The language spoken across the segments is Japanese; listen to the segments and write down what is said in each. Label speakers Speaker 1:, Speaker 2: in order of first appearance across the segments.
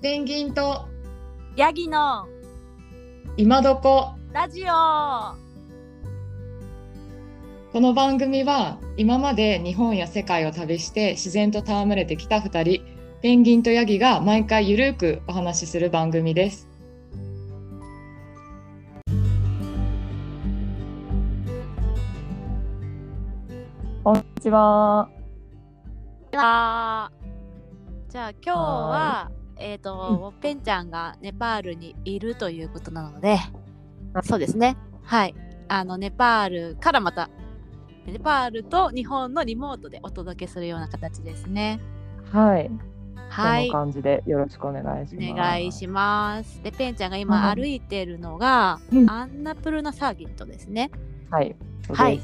Speaker 1: ペンギンと
Speaker 2: ヤギの
Speaker 1: 今どこ
Speaker 2: ラジオ
Speaker 1: この番組は今まで日本や世界を旅して自然と戯れてきた2人ペンギンとヤギが毎回ゆるくお話しする番組です
Speaker 3: こんにちは。
Speaker 2: あーじゃあ今日は
Speaker 3: は
Speaker 2: えっ、と、ペンちゃんがネパールにいるということなのでそうですねはいあのネパールからまたネパールと日本のリモートでお届けするような形ですね
Speaker 3: はい。
Speaker 2: はい
Speaker 3: この感じでよろしくお願いします。
Speaker 2: お願いしますでペンちゃんが今
Speaker 3: うん
Speaker 2: 歩いてるのが、
Speaker 1: うん
Speaker 2: アンナプルナサーキットですね
Speaker 3: はい。そうです
Speaker 2: はい。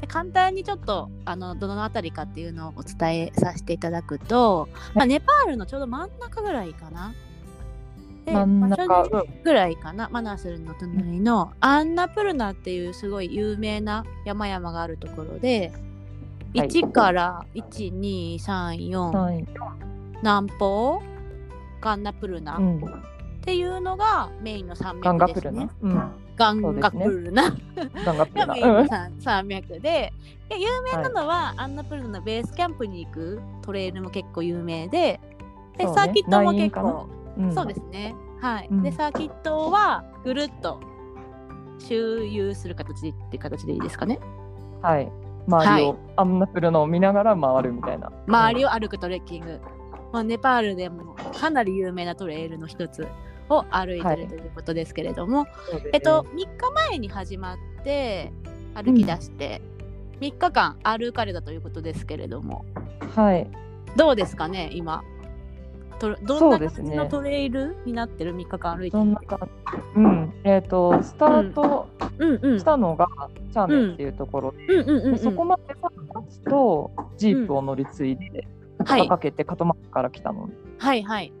Speaker 2: で簡単にちょっとあのどの辺りかっていうのをお伝えさせていただくと、まあ、ネパールのちょうど真ん中ぐらいかな。で
Speaker 3: 真ん中
Speaker 2: 場所ぐらいかなマナスルの隣のアンナプルナっていうすごい有名な山々があるところで
Speaker 3: はい
Speaker 2: 1から1234
Speaker 3: はい。
Speaker 2: 南方ガンナプルナ
Speaker 3: う
Speaker 2: っ
Speaker 3: ん。
Speaker 2: ていうのがメインの山
Speaker 3: ガンガ
Speaker 2: 脈
Speaker 3: プ
Speaker 2: です
Speaker 3: ル
Speaker 2: ね
Speaker 3: な。。うん。
Speaker 2: ガンガプルナ
Speaker 3: ガンガプル
Speaker 2: が メイン
Speaker 3: な。う
Speaker 2: の
Speaker 3: ん。
Speaker 2: さ山脈でで有名なのは、アンナプルナのベースキャンプに行くトレイルも結構有名でで、
Speaker 3: そうね
Speaker 2: サーキットも結
Speaker 3: 内
Speaker 2: 構
Speaker 3: うん
Speaker 2: そうですねはい、
Speaker 3: うん
Speaker 2: でサーキットはぐるっと周遊する形でっていう形でいいですかね
Speaker 3: はい。周り
Speaker 2: は
Speaker 3: をアンナプルのを見ながら回るみたいな。
Speaker 2: 周りを歩くトレッキング、まあ、ネパールでもかなり有名なトレイルの一つを歩いて
Speaker 3: は
Speaker 2: る
Speaker 3: い
Speaker 2: ということですけれども、
Speaker 3: そうです
Speaker 2: えっと、3日前に始まって歩き出して、3日間歩かれたということですけれども
Speaker 3: はい。
Speaker 2: どうですかね今とどん
Speaker 3: そ
Speaker 2: な
Speaker 3: うです
Speaker 2: 形
Speaker 3: ね
Speaker 2: のトレイルになってる3日間歩いて
Speaker 3: そんな感じ。うん。えっと、スタート
Speaker 2: うんうん
Speaker 3: したのがチャーメンっていうところで、
Speaker 2: うんうんうんうん
Speaker 3: でそこまでさ、バスとジープを乗り継いで、
Speaker 2: はい
Speaker 3: かけてカトマンから来たの
Speaker 2: はいはい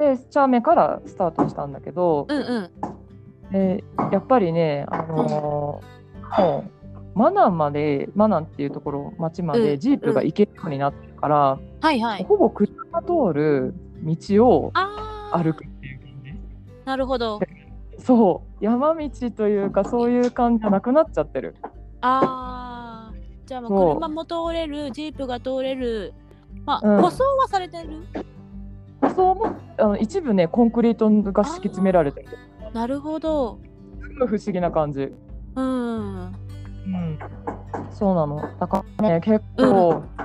Speaker 3: で、チャーメンからスタートしたんだけど、
Speaker 2: うんうん
Speaker 3: でやっぱりね、あのーもうマナンまでマナンっていうところ町ま
Speaker 2: う
Speaker 3: で
Speaker 2: ん
Speaker 3: ジープが行けるようになってるから、
Speaker 2: はいはい
Speaker 3: ほぼ車が通る道を
Speaker 2: あー
Speaker 3: 歩くっていう感じ
Speaker 2: なるほど
Speaker 3: そう山道というかそういう感じじゃなくなっちゃってる
Speaker 2: あーじゃあもう
Speaker 3: そう
Speaker 2: 車も通れるジープが通れるまあ、
Speaker 3: うん
Speaker 2: 舗装はされてる
Speaker 3: 舗装もあの一部ねコンクリートが敷き詰められてる
Speaker 2: なるほど
Speaker 3: すごい不思議な感じ、
Speaker 2: うん
Speaker 3: うん、そうなのだからね結構、
Speaker 2: うん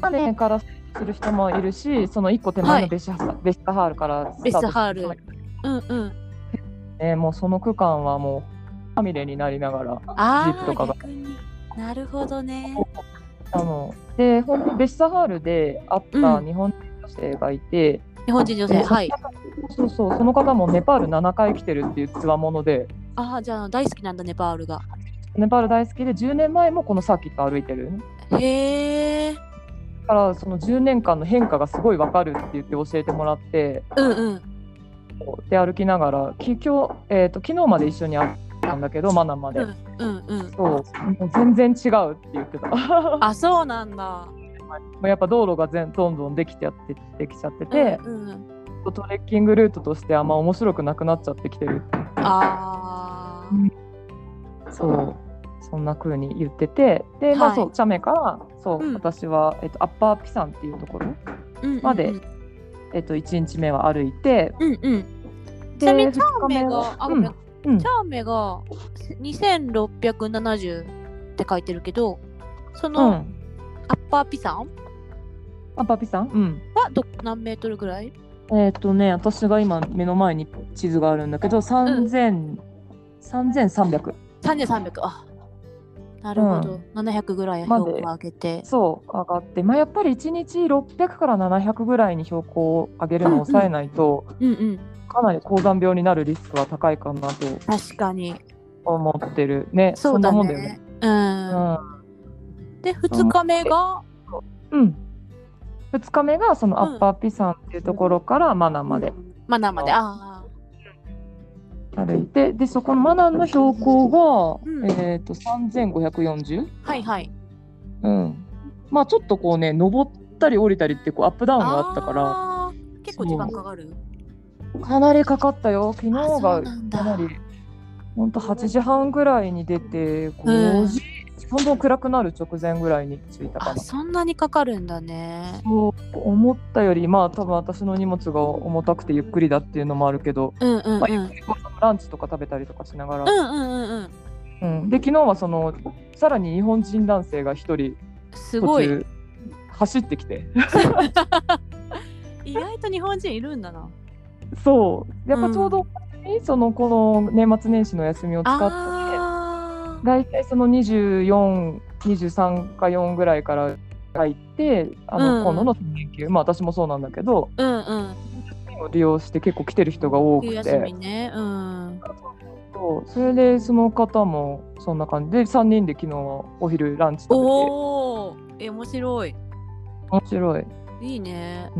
Speaker 3: 屋根からする人もいるし、その一個手前
Speaker 2: は
Speaker 3: の
Speaker 2: い
Speaker 3: ベシハサ、ベシタハールからスタート
Speaker 2: ベシタハール
Speaker 3: する
Speaker 2: うんうん
Speaker 3: ね、もうその区間はもうまみれになりながら
Speaker 2: あ
Speaker 3: ジップ
Speaker 2: あ
Speaker 3: とかが
Speaker 2: 逆になるほどね。
Speaker 3: あので本当にベシタハールで会った日本人女性がいて、
Speaker 2: 日本人女性
Speaker 3: で
Speaker 2: はい。
Speaker 3: そうそうその方もネパール7回来てるっていうつわもので
Speaker 2: ああじゃあ大好きなんだネパールが。
Speaker 3: ネパール大好きで10年前もこのサーキット歩いてる、ね、
Speaker 2: へえ。
Speaker 3: だからその10年間の変化がすごいわかるって言って教えてもらって
Speaker 2: うんうん
Speaker 3: で歩きながらき今日、えー、と昨日まで一緒に歩いたんだけどマナンまで。
Speaker 2: うんうん。
Speaker 3: そうもう全然違うって言ってた も
Speaker 2: あそうなんだ。
Speaker 3: うやっぱ道路が全どんどんできてやってできちゃってて、
Speaker 2: うんうん、
Speaker 3: トレッキングルートとしてあんま面白くなくなっちゃってきてる
Speaker 2: ああ
Speaker 3: そうそんな風に言っててで、ま
Speaker 2: は
Speaker 3: あ
Speaker 2: い
Speaker 3: そうチャメからそう、
Speaker 2: うん
Speaker 3: 私は、えっと、アッパーピサンっていうところ、
Speaker 2: うんうん
Speaker 3: までえっと、1日目は歩いて
Speaker 2: うんうん。ちなみ
Speaker 3: で
Speaker 2: にチャーメがあ
Speaker 3: は
Speaker 2: ご
Speaker 3: う
Speaker 2: めん
Speaker 3: ん
Speaker 2: チ
Speaker 3: うん
Speaker 2: ャーメが2670って書いてるけどその、
Speaker 3: うん
Speaker 2: アッパーピサン
Speaker 3: アッパーピサンうん
Speaker 2: はど何メートルぐらい？
Speaker 3: えっ、とね私が今目の前に地図があるんだけど3000、3300
Speaker 2: 3300あなるほど、700ぐらい
Speaker 3: ま
Speaker 2: 標
Speaker 3: で
Speaker 2: 高を上げて
Speaker 3: そう上がって、まあ、やっぱり1日600から700ぐらいに標高を上げるのを抑えないと、
Speaker 2: うんうん
Speaker 3: かなり高山病になるリスクは高いかなと
Speaker 2: 確かに
Speaker 3: 思ってるね
Speaker 2: そうだ
Speaker 3: んなもんだよ
Speaker 2: ね
Speaker 3: ね。
Speaker 2: うん、で2日目が
Speaker 3: うん、うん、2日目がそのアッパーピサンっていうところからマナンまで
Speaker 2: マナーまであ
Speaker 3: 歩いてでそこのマナンの標高が、
Speaker 2: うん
Speaker 3: えっ、と 3540?
Speaker 2: あはいはい
Speaker 3: うんまあちょっとこうね登ったり降りたりってこうアップダウンがあったから
Speaker 2: あー結結構時間かかる
Speaker 3: かなりかかったよ昨日
Speaker 2: あそう
Speaker 3: が
Speaker 2: なんだ
Speaker 3: かなりほんと8時半ぐらいに出て5時、本当暗くなる直前ぐらいに着いたか
Speaker 2: あ
Speaker 3: な
Speaker 2: そんなにかかるんだね
Speaker 3: そう思ったよりまあ多分私の荷物が重たくてゆっくりだっていうのもあるけど、
Speaker 2: うんうんうん、
Speaker 3: まあ、ゆっくりこうそのランチとか食べたりとかしながら、
Speaker 2: うんうんうんうん
Speaker 3: うんで昨日はそのさらに日本人男性が一人
Speaker 2: すご
Speaker 3: 途
Speaker 2: い
Speaker 3: 中走ってきて
Speaker 2: 意外と日本人いるんだな
Speaker 3: そうやっぱちょうど、そのこの年末年始の休みを使って
Speaker 2: あー
Speaker 3: 大体その2423か4ぐらいから入ってあ
Speaker 2: うん
Speaker 3: の今度の3連休、まあ私もそうなんだけど
Speaker 2: うんうん
Speaker 3: 利用して結構来てる人が多く
Speaker 2: 冬
Speaker 3: て
Speaker 2: 休みねうん
Speaker 3: そうそれでその方もそんな感じで3人で昨日はお昼ランチ食べて
Speaker 2: おおえ面白い
Speaker 3: 面白い
Speaker 2: いいね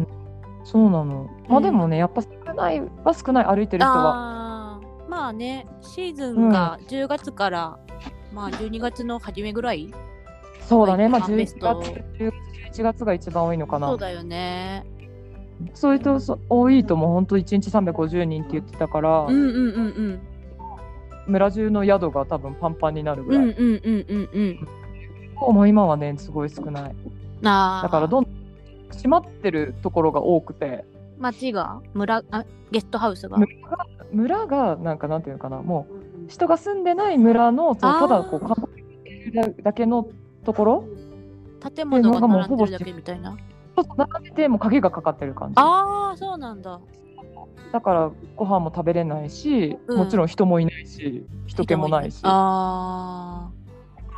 Speaker 3: そうなのま
Speaker 2: う
Speaker 3: あ
Speaker 2: ん
Speaker 3: でもねやっぱ少ないは少ない歩いてる人は
Speaker 2: あーまあねシーズンが10月から、まあ12月の初めぐらい
Speaker 3: そうだねまあ
Speaker 2: ベ
Speaker 3: 11
Speaker 2: ス
Speaker 3: 月
Speaker 2: ト
Speaker 3: 10 11月が一番多いのか
Speaker 2: そ
Speaker 3: な
Speaker 2: うだよね
Speaker 3: そういうとそ多いともうほんと1日350人って言ってたから、
Speaker 2: うんうんうんうん
Speaker 3: 村中の宿が多分パンパンになるぐ
Speaker 2: う
Speaker 3: らい、
Speaker 2: んうんうんうんうん
Speaker 3: もう今はねすごい少ない
Speaker 2: あー
Speaker 3: だからどんどん閉まってるところが多くて
Speaker 2: 町が村あゲストハウスが
Speaker 3: 村が村がなんかなんていうのかなもう人が住んでない村のそう
Speaker 2: あー
Speaker 3: ただこう観光客だけのところ
Speaker 2: 建物が並んでるだけみたいな
Speaker 3: ちょっと並べてもう鍵がかかってる感じ
Speaker 2: ああそうなんだ
Speaker 3: だからご飯も食べれないし、
Speaker 2: うん
Speaker 3: もちろん人もいないし人気もないし、
Speaker 2: あ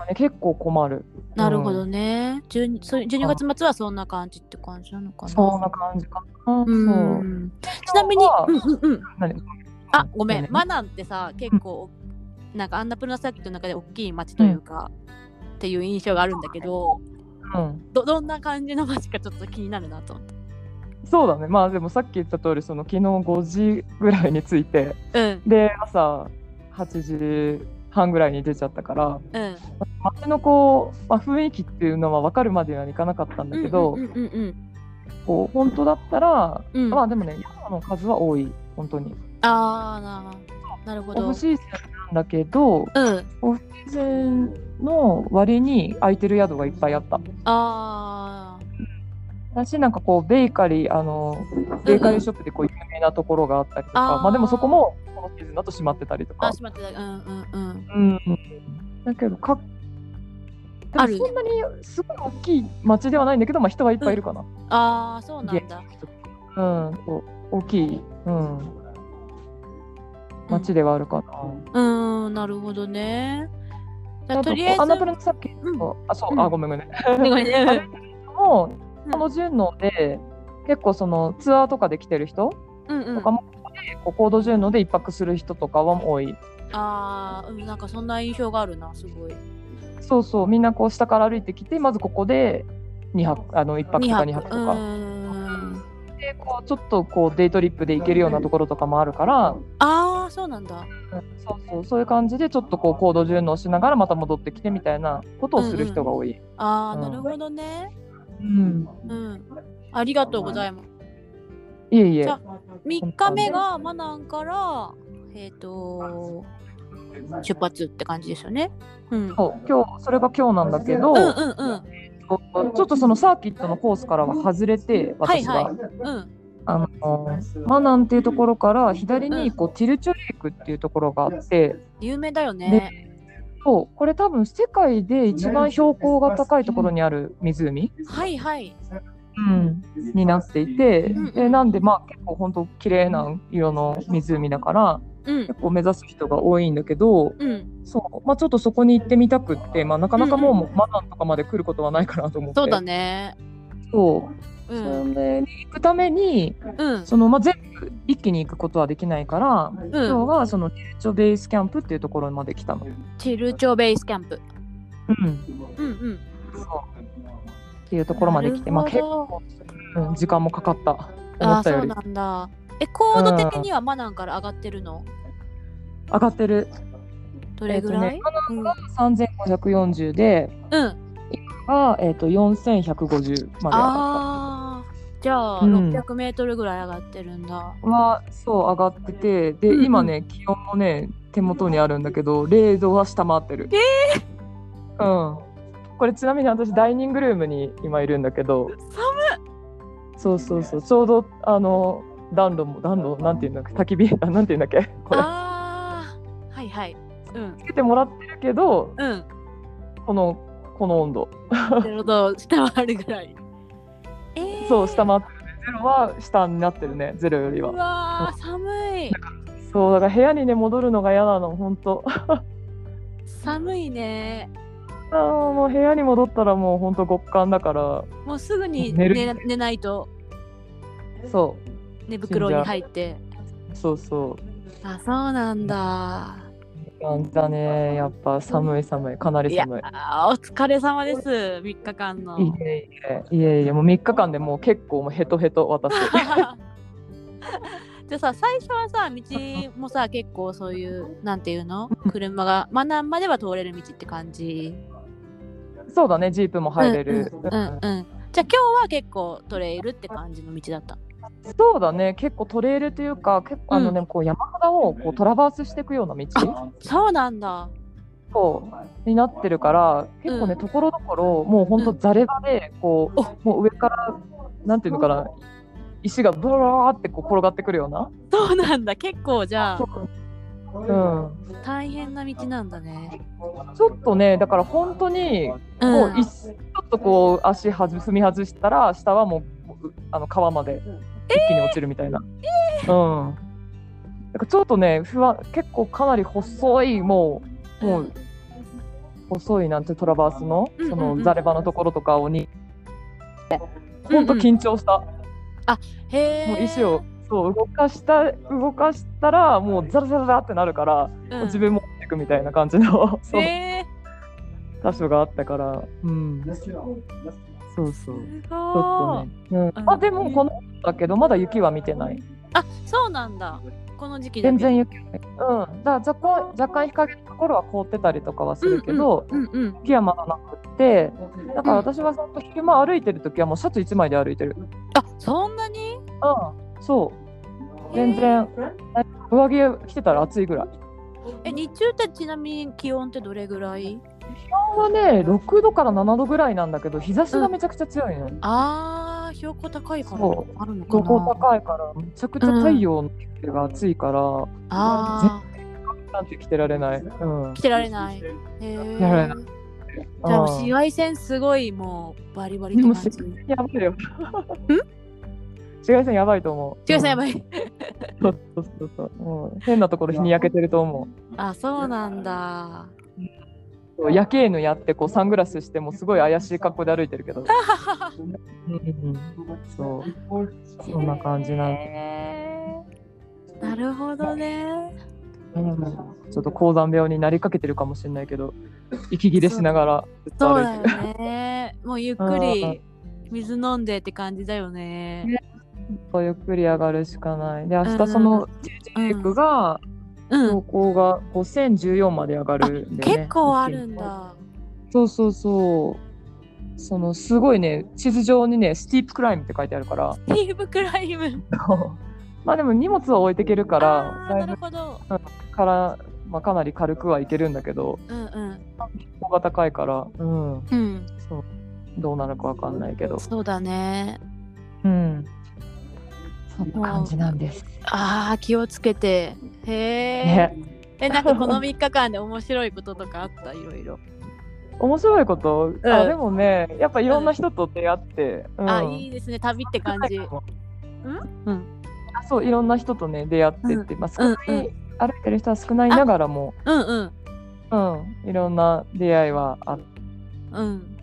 Speaker 3: ね結構困る
Speaker 2: あなるほどね、12, そう12月末はそんな感じって感じなのかな
Speaker 3: そんな感じかな、
Speaker 2: うん
Speaker 3: そう
Speaker 2: ちなみに、
Speaker 3: 今
Speaker 2: う
Speaker 3: 日
Speaker 2: んうんうん、
Speaker 3: 何
Speaker 2: あごめん、
Speaker 3: 何
Speaker 2: マナンってさ結構なんかアンナプルナサーキットの中で大きい町というか、っていう印象があるんだけど
Speaker 3: うん、
Speaker 2: どどんな感じの町かちょっと気になるなと思って
Speaker 3: そうだねまあでもさっき言った通りその昨日5時ぐらいに着いて
Speaker 2: うん
Speaker 3: で朝8時半ぐらいに出ちゃったから
Speaker 2: うん
Speaker 3: 街のこう、まあ、雰囲気っていうのは分かるまでにはいかなかったんだけど、
Speaker 2: うんうんうん
Speaker 3: こう本当だったら、
Speaker 2: うん、うん
Speaker 3: まあでもね宿の数は多い本当に
Speaker 2: あーななるほ
Speaker 3: オ
Speaker 2: ど
Speaker 3: フシーズンなんだけど
Speaker 2: うん
Speaker 3: オフシーズンの割に空いてる宿がいっぱいあった
Speaker 2: あ
Speaker 3: 私なんかこうベーカリーあのベーカリーショップでこう有名なところがあったりとか、
Speaker 2: あー
Speaker 3: まあでもそこもこのシーズンだと閉まってたりと
Speaker 2: ーあ
Speaker 3: か
Speaker 2: しまってたうんうんうん
Speaker 3: うん、だけどかでも
Speaker 2: ある
Speaker 3: そんなにすごい大きい町ではないんだけど、まあ、人はいっぱいいるかな、
Speaker 2: ああそうなんだ
Speaker 3: うんそう大きい、うん、町ではあるかな、
Speaker 2: うん、うんなるほどねじゃあ
Speaker 3: あ
Speaker 2: と
Speaker 3: と
Speaker 2: りあえず
Speaker 3: アナプルのさっき、
Speaker 2: うん
Speaker 3: あそう、
Speaker 2: うん
Speaker 3: あごめんごめん
Speaker 2: ごめんね
Speaker 3: あれも
Speaker 2: うん
Speaker 3: この順応で結構そのツアーとかで来てる人
Speaker 2: うんうん
Speaker 3: とかも、こう高度順応で一泊する人とかは多い
Speaker 2: ああ、うん、なんかそんな印象があるな、すごい。
Speaker 3: そうそうみんなこう下から歩いてきてまずここで2泊あの1泊とか2泊と
Speaker 2: う
Speaker 3: か
Speaker 2: ーん。
Speaker 3: でこうちょっとこうデイトリップで行けるようなところとかもあるから、
Speaker 2: ああ、そうなんだ。
Speaker 3: そうそうそういう感じでちょっとこう高度順応しながらまた戻ってきてみたいなことをする人が多い。
Speaker 2: ああ、
Speaker 3: うん
Speaker 2: なるほどね。
Speaker 3: うん
Speaker 2: うん。ありがとうございます。
Speaker 3: いえいえ
Speaker 2: じゃ3日目がマナンから、えっ、と、出発って感じですよね。うん。うん
Speaker 3: そう今日それが今日なんだけど、
Speaker 2: うんうん
Speaker 3: ちょっとそのサーキットのコースからは外れて私は、
Speaker 2: はいはうん。
Speaker 3: あのマナンっていうところから左にこうティルチョレイクっていうところがあって、
Speaker 2: 有名だよね。
Speaker 3: そうこれ多分世界で一番標高が高いところにある湖、
Speaker 2: はいはい。
Speaker 3: うん、になっていて、
Speaker 2: うん
Speaker 3: でなんでまあ結構本当綺麗な色の湖だから
Speaker 2: うん。
Speaker 3: 結構目指す人が多いんだけど
Speaker 2: うん。
Speaker 3: そう、まあ、ちょっとそこに行ってみたくって、まあ、なかなかもう、マナンとかまで来ることはないかなと思って
Speaker 2: そうだね。
Speaker 3: そう
Speaker 2: う
Speaker 3: そ
Speaker 2: ん。
Speaker 3: んで行くために
Speaker 2: うん。
Speaker 3: その、まあ、全部一気に行くことはできないから、
Speaker 2: うん
Speaker 3: 今日はそのティルチョベースキャンプっていうところまで来たの。
Speaker 2: チルチョベースキャンプ。
Speaker 3: うん、
Speaker 2: うんうん。
Speaker 3: そうっていうところまで来て、まあ
Speaker 2: な
Speaker 3: 結
Speaker 2: る
Speaker 3: 構
Speaker 2: ほど、
Speaker 3: うん、時間もかかった
Speaker 2: あ
Speaker 3: 思
Speaker 2: あ、
Speaker 3: った
Speaker 2: そ
Speaker 3: よ
Speaker 2: う
Speaker 3: り
Speaker 2: なんだ。え、高度的にはマナンから上がってるの
Speaker 3: 上がってる
Speaker 2: どれぐらい、
Speaker 3: えっとね3540で
Speaker 2: うん。
Speaker 3: が、えっと4150まで上がっ
Speaker 2: ああじゃあ、
Speaker 3: うん
Speaker 2: 600メートルぐらい上がってるんだ。
Speaker 3: はそう上がっててで、
Speaker 2: うんうん
Speaker 3: 今ね気温もね手元にあるんだけど0度は下回ってる。うん、これちなみに私ダイニングルームに今いるんだけどそうそうそうちょうどあの暖炉も暖炉なんていうんだっけ焚き火あなんていうんだっけこれ
Speaker 2: ああ、はいはい。うん
Speaker 3: つけてもらってるけど
Speaker 2: うん。
Speaker 3: このこの温度
Speaker 2: 0度下回るぐらい。え ー、
Speaker 3: そう下回ってるねゼロは下になってるねゼロより
Speaker 2: う
Speaker 3: は
Speaker 2: わー寒い。
Speaker 3: そうだから部屋にね戻るのが嫌なの本当
Speaker 2: 寒いね。
Speaker 3: あーもう部屋に戻ったらもう本当極寒だから
Speaker 2: もうすぐに
Speaker 3: 寝
Speaker 2: 寝
Speaker 3: る
Speaker 2: 寝ないと
Speaker 3: そ
Speaker 2: 寝袋に入って。
Speaker 3: うそうそう
Speaker 2: あ、そうなんだ。
Speaker 3: なんだね、やっぱ寒い寒い、かなり寒い。
Speaker 2: あーお疲れ様です。3日間の。
Speaker 3: いえいえ、いえいえ、もう3日間でもう結構もうヘトヘト私。
Speaker 2: じゃあさ最初はさ道もさ結構そういうなんていうの車がマナンまでは通れる道って感じ
Speaker 3: そうだね、ジープも入れる。
Speaker 2: うんうん、うんじゃあ今日は結構トレイルって感じの道だった
Speaker 3: そうだね、結構トレイルというか、結構あのね、こう山肌をこうトラバースしていくような道
Speaker 2: そうなんだ
Speaker 3: そうになってるから、結構ね、
Speaker 2: うん
Speaker 3: ところどころ、もうほんとザレ場で、こう、もう上から、なんていうのかな、石がブワーってこう転がってくるような。
Speaker 2: そうなんだ結構じゃあ
Speaker 3: うん。
Speaker 2: 大変な道なんだね
Speaker 3: ちょっとね、だから本当に
Speaker 2: うん
Speaker 3: もういちょっとこう足はず踏み外したら下はもううあの川まで一気に落ちるみたいな。うん。だからちょっとね不安結構かなり細いもうもう細いなんてトラバースの
Speaker 2: うんうんう
Speaker 3: そ
Speaker 2: ん
Speaker 3: のザレ場のところとかをに
Speaker 2: うんう
Speaker 3: 本
Speaker 2: ん
Speaker 3: 当緊張した。
Speaker 2: へえ
Speaker 3: もう石をそう動かした動かしたらもうザラザラザラってなるから、
Speaker 2: うん
Speaker 3: 自分も落ちていくみたいな感じのそう
Speaker 2: へえ
Speaker 3: 箇所があったから。うん。そうそう。
Speaker 2: す
Speaker 3: ちょ
Speaker 2: ご
Speaker 3: っ
Speaker 2: い
Speaker 3: とね、うん、あでもこの子だけどまだ雪は見てない
Speaker 2: あそうなんだこの時期だ
Speaker 3: 全
Speaker 2: け
Speaker 3: 然雪は見てないうんだから若干若干日陰のところは凍ってたりとかはするけど、
Speaker 2: うんうん
Speaker 3: 雪はまだなくってだから私は本当昼間歩いてる時はもうシャツ一枚で歩いてる
Speaker 2: あそんなに
Speaker 3: うんそう全然上着着てたら暑いぐらい
Speaker 2: え日中ってちなみに気温ってどれぐらい
Speaker 3: 気温はね6度から7度ぐらいなんだけど日差しがめちゃくちゃ強いの、
Speaker 2: あー標高高いから
Speaker 3: そ
Speaker 2: あるのか
Speaker 3: こ
Speaker 2: な
Speaker 3: こ高いからめちゃくちゃ太陽の光が暑いから、
Speaker 2: あ
Speaker 3: なんて着てられない、うん
Speaker 2: ー、来てられないへー
Speaker 3: やられ
Speaker 2: じゃあもう紫外線すごいもうバリバリって
Speaker 3: でも
Speaker 2: 感
Speaker 3: 紫
Speaker 2: じ
Speaker 3: 外線やばいよ。ん紫外線やばいと思う。
Speaker 2: 紫外線や
Speaker 3: い。
Speaker 2: ばい
Speaker 3: そうそうそうそう。もう変なところ日に焼けてると思
Speaker 2: あそうなんだ
Speaker 3: うそう。夜景のやってこうサングラスしてもすごい怪しい格好で歩いてるけど。うんうんそう。そんな感じなんで。
Speaker 2: へーなるほどね
Speaker 3: ちょっと高山病になりかけてるかもしれないけ ど、息切れしながらずっと
Speaker 2: そ
Speaker 3: 歩
Speaker 2: う
Speaker 3: い
Speaker 2: だ
Speaker 3: て
Speaker 2: よ
Speaker 3: る。
Speaker 2: ねもうゆっくり水飲んでって感じだよ ね
Speaker 3: そうゆっくり上がるしかない。で、明
Speaker 2: うん
Speaker 3: 日そのジェイクが、
Speaker 2: う
Speaker 3: 標
Speaker 2: ん
Speaker 3: 高が5014まで上がるんで、ね。
Speaker 2: 結構あるんだ
Speaker 3: そうそうそう。そのすごいね、地図上にね、スティープクライムって書いてあるから、
Speaker 2: スティーブクライム
Speaker 3: まあでも荷物は置いていけるから
Speaker 2: あ、ー
Speaker 3: だ
Speaker 2: ないる
Speaker 3: ぶ
Speaker 2: ほど
Speaker 3: から、まあ、かなり軽くはいけるんだけど、
Speaker 2: うんうん
Speaker 3: ここが高いから、うん、
Speaker 2: うん
Speaker 3: そうどうなるかわかんないけど、
Speaker 2: そうだね
Speaker 3: うん、そんな感じなんです。
Speaker 2: ああ気をつけてへえ、
Speaker 3: ね、
Speaker 2: えなんかこの3日間で面白いこととかあったいろいろ、
Speaker 3: 面白いこと、
Speaker 2: うん
Speaker 3: あでもね、やっぱいろんな人と出会って、うん
Speaker 2: あいいですね旅って感 じうん
Speaker 3: あそういろんな人とね出会ってって、まあ少ない、
Speaker 2: うんう
Speaker 3: 歩いてる人は少ないながらも。
Speaker 2: うんうん
Speaker 3: うん、いろんな出会いはあって
Speaker 2: うん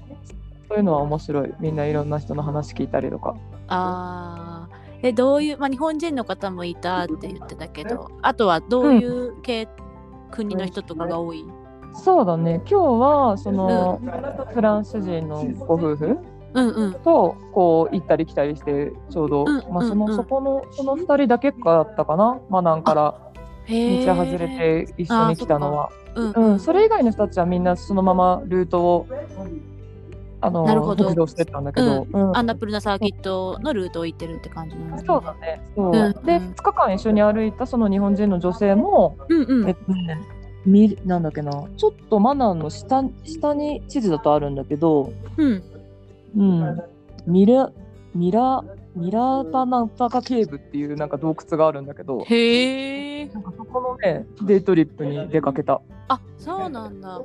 Speaker 3: そういうのは面白いみんないろんな人の話聞いたりとか
Speaker 2: あーえどういう、まあ、日本人の方もいたって言ってたけどあとはどういう系、国の人とかが多い
Speaker 3: そうだね今日はその、フランス人のご夫婦
Speaker 2: うんうん
Speaker 3: とこう行ったり来たりしてちょうど、
Speaker 2: うん
Speaker 3: まあ、そ
Speaker 2: うんう
Speaker 3: の
Speaker 2: ん
Speaker 3: そこのその2人だけかだったかなマナンから道
Speaker 2: へえ
Speaker 3: 外れて一緒に来たのは、
Speaker 2: うん
Speaker 3: うん、それ以外の人たちはみんなそのままルートをあの
Speaker 2: なるほど
Speaker 3: 北上してったんだけど、うん
Speaker 2: アンナプルナサーキットのルートを行ってるって感じなんですね
Speaker 3: そうだねそう、
Speaker 2: うん
Speaker 3: で2日間一緒に歩いたその日本人の女性も、
Speaker 2: うんう
Speaker 3: えっ
Speaker 2: ん
Speaker 3: とねみなんだっけなちょっとマナーの下下に地図だとあるんだけど、
Speaker 2: うん
Speaker 3: うん、ミラミラミラタナタカケーブっていうなんか洞窟があるんだけど
Speaker 2: へえ
Speaker 3: なんかそこのねデートリップに出かけた
Speaker 2: あそうなんだ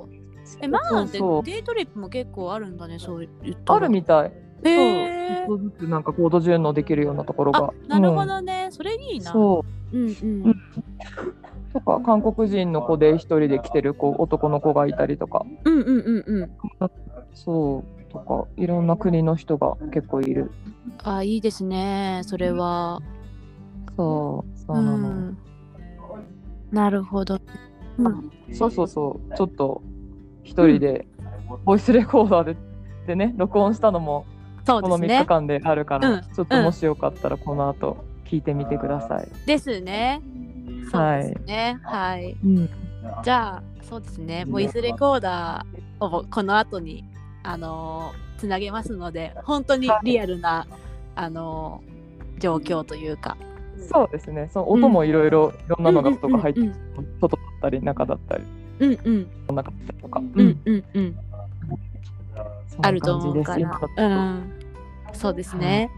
Speaker 2: えマナーって
Speaker 3: そうそう
Speaker 2: デートリップも結構あるんだねそう言ったら
Speaker 3: あるみたい
Speaker 2: へ
Speaker 3: そう
Speaker 2: え
Speaker 3: ちょっとずつなんか高度順応できるようなところが
Speaker 2: あなるほ、どね、それい
Speaker 3: うん
Speaker 2: いな
Speaker 3: そう
Speaker 2: うんうん、
Speaker 3: うんとか韓国人の子で一人で来てる子男の子がいたりとか
Speaker 2: うんうんうんうん
Speaker 3: そうとかいろんな国の人が結構いる
Speaker 2: あいいですねそれは
Speaker 3: そうそううなの、
Speaker 2: んなるほど、うん、
Speaker 3: そうそうそうちょっと一人でボイスレコーダーででね録音したのも
Speaker 2: そう
Speaker 3: こ
Speaker 2: で
Speaker 3: の
Speaker 2: す
Speaker 3: 3日
Speaker 2: ね
Speaker 3: 間であるから、
Speaker 2: うん
Speaker 3: ちょっともしよかったらこの後聞いてみてください、
Speaker 2: ですねそう
Speaker 3: はい
Speaker 2: ですねはい
Speaker 3: うん、
Speaker 2: じゃあそうですねボイスレコーダーをこの後にあのーつなげますので本当にリアルな、あのー状況というか
Speaker 3: そうですねその音もいろいろいろんなのがとか入って
Speaker 2: うん
Speaker 3: 外だったり中だったり
Speaker 2: うんうん
Speaker 3: 中だったりとか、
Speaker 2: うんうんうんうん
Speaker 3: そんな
Speaker 2: あると思うか
Speaker 3: 感じです
Speaker 2: ら
Speaker 3: 今
Speaker 2: うんそうですね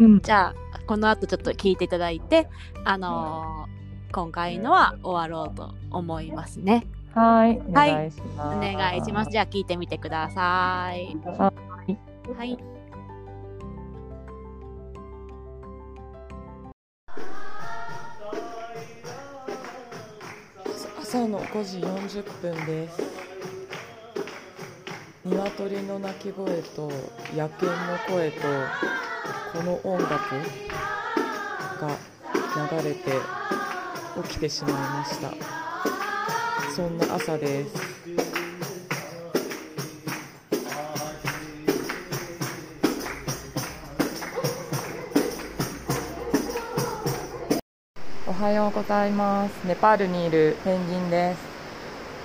Speaker 3: うん
Speaker 2: じゃあこの後ちょっと聞いていただいてあのー今回のは終わろうと思いますね
Speaker 3: はい、お
Speaker 2: はい
Speaker 3: 願いしま
Speaker 2: お
Speaker 3: す。
Speaker 2: 願いします。じゃあ聞いてみてください
Speaker 3: は
Speaker 2: はい
Speaker 4: 朝の5時40分です鶏の鳴き声と野犬の声とこの音楽が流れて起きてしまいましたそんな朝です
Speaker 3: おはようございます。ネパールにいるペンギンです。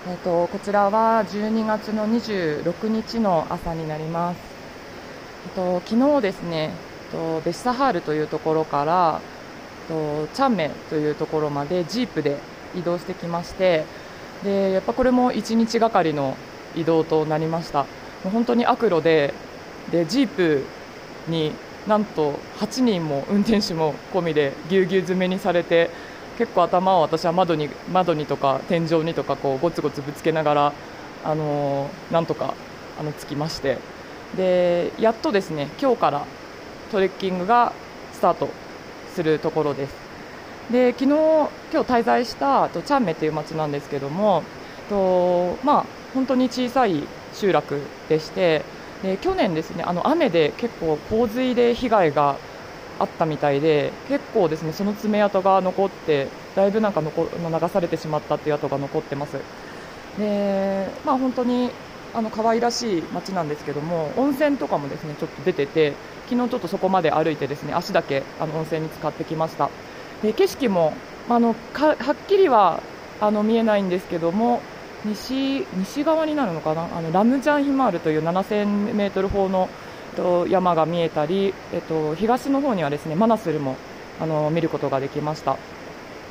Speaker 3: えっと、こちらは12月の26日の朝になります。えっと、昨日ですね、えっと、ベッサハールというところから、えっと、チャンメというところまでジープで移動してきまして、で、やっぱこれも1日がかりの移動となりました。もう本当に悪路で、で、ジープになんと8人も運転手も込みでぎゅうぎゅう詰めにされて結構頭を私は窓に窓にとか天井にとかこうゴツゴツぶつけながら、あのーなんとかあの着きましてでやっとですね今日からトレッキングがスタートするところですで昨日今日滞在したとチャンメっていう町なんですけどもとまあ本当に小さい集落でしてで去年ですねあの雨で結構洪水で被害があったみたいで結構ですねその爪痕が残ってだいぶなんか残流されてしまったっていう跡が残ってますでまあ本当にあの可愛らしい街なんですけども温泉とかもですねちょっと出てて昨日ちょっとそこまで歩いてですね足だけあの温泉に使ってきましたで景色もまああのかはっきりはあの見えないんですけども西西側になるのかなあのラムジャンヒマールという7000メートル峰のえっと山が見えたり、えっと、東の方にはですねマナスルもあの見ることができました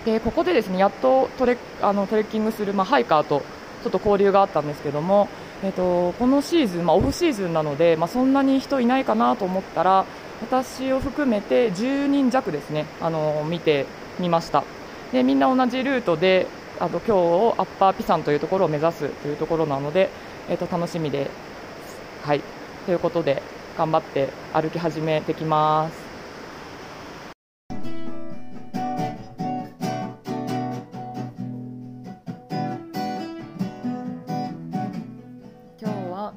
Speaker 3: でここでですねやっとトレあのトレッキングする、まあ、ハイカーとちょっと交流があったんですけども、えっと、このシーズン、まあ、オフシーズンなので、まあ、そんなに人いないかなと思ったら私を含めて10人弱ですねあの見てみましたでみんな同じルートであと今日をアッパーピサンというところを目指すというところなので、えっと楽しみです。はい、ということで頑張って歩き始めてきます。今日は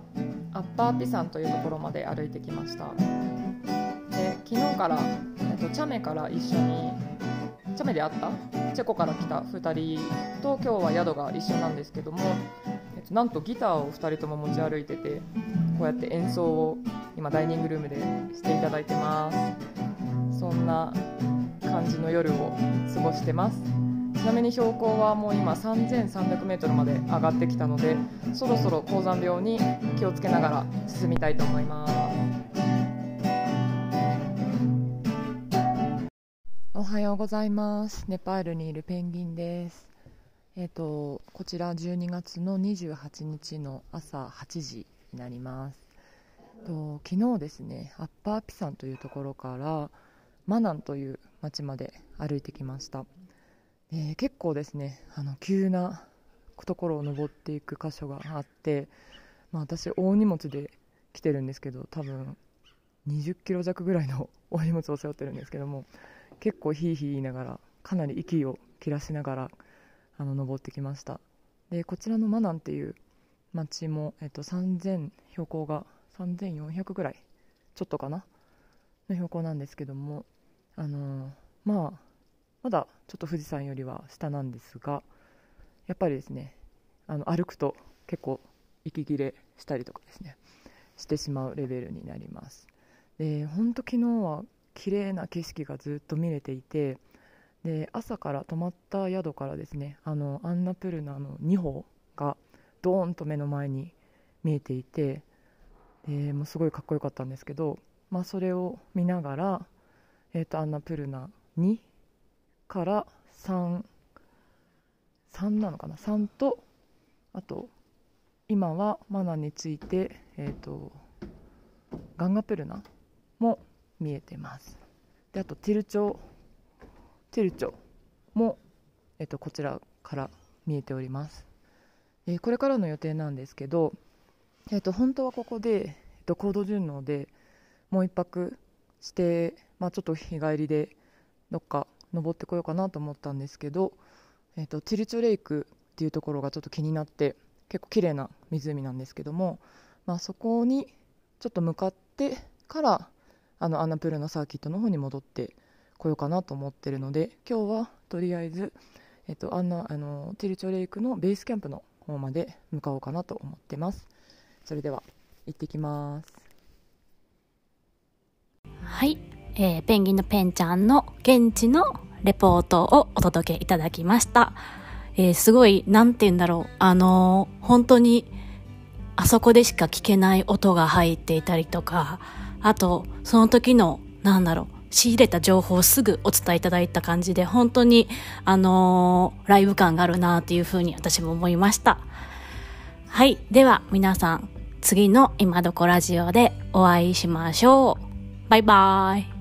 Speaker 3: アッパーピサンというところまで歩いてきました。で昨日から、えっと、チャメから一緒にチャメで会ったチェコから来た2人と今日は宿が一緒なんですけども、えっと、なんとギターを2人とも持ち歩いててこうやって演奏を今ダイニングルームでしていただいてますそんな感じの夜を過ごしてますちなみに標高はもう今3300メートルまで上がってきたので、そろそろ高山病に気をつけながら進みたいと思います。おはようございます。ネパールにいるペンギンです。えっ、とこちら12月の28日の朝8時になります。と昨日ですね、アッパーピさんというところからマナンという町まで歩いてきました。で結構ですね、あの急なところを登っていく箇所があって、まあ私大荷物で来てるんですけど、多分20キロ弱ぐらいの大荷物を背負ってるんですけども、結構ヒーヒー言いながらかなり息を切らしながらあの登ってきましたでこちらのマナンっていう町も、えっと、3000標高が3400ぐらいちょっとかなの標高なんですけどもあのーまあまだちょっと富士山よりは下なんですがやっぱりですねあの歩くと結構息切れしたりとかですねしてしまうレベルになりますで本当昨日は綺麗な景色がずっと見れていてで朝から泊まった宿からですねあのアンナプルナの2歩がドーンと目の前に見えていてでもうすごいかっこよかったんですけど、まあ、それを見ながら、えー、とアンナプルナ2から33なのかな3とあと今はマナについて、えー、とガンガプルナも見えてますであとティルチョテルチョも、えっと、こちらから見えております、えーこれからの予定なんですけど、えっと、本当はここで、えっと、高度順応でもう一泊して、まあ、ちょっと日帰りでどっか登ってこようかなと思ったんですけど、えっと、ティルチョレイクっていうところがちょっと気になって結構綺麗な湖なんですけども、まあ、そこにちょっと向かってからあのアンナプルナサーキットの方に戻って来ようかなと思ってるので今日はとりあえず、えっと、あんなあのティルチョレイクのベースキャンプの方まで向かおうかなと思ってますそれでは行ってきます
Speaker 2: はい、えーペンギンのペンちゃんの現地のレポートをお届けいただきました。えーすごい、なんて言うんだろう。あのー本当に、あそこでしか聞けない音が入っていたりとか、あと、その時の、なんだろう、仕入れた情報をすぐお伝えいただいた感じで、本当に、あのーライブ感があるなっていうふうに私も思いました。はい、では皆さん、次の今どこラジオでお会いしましょう。バイバイ。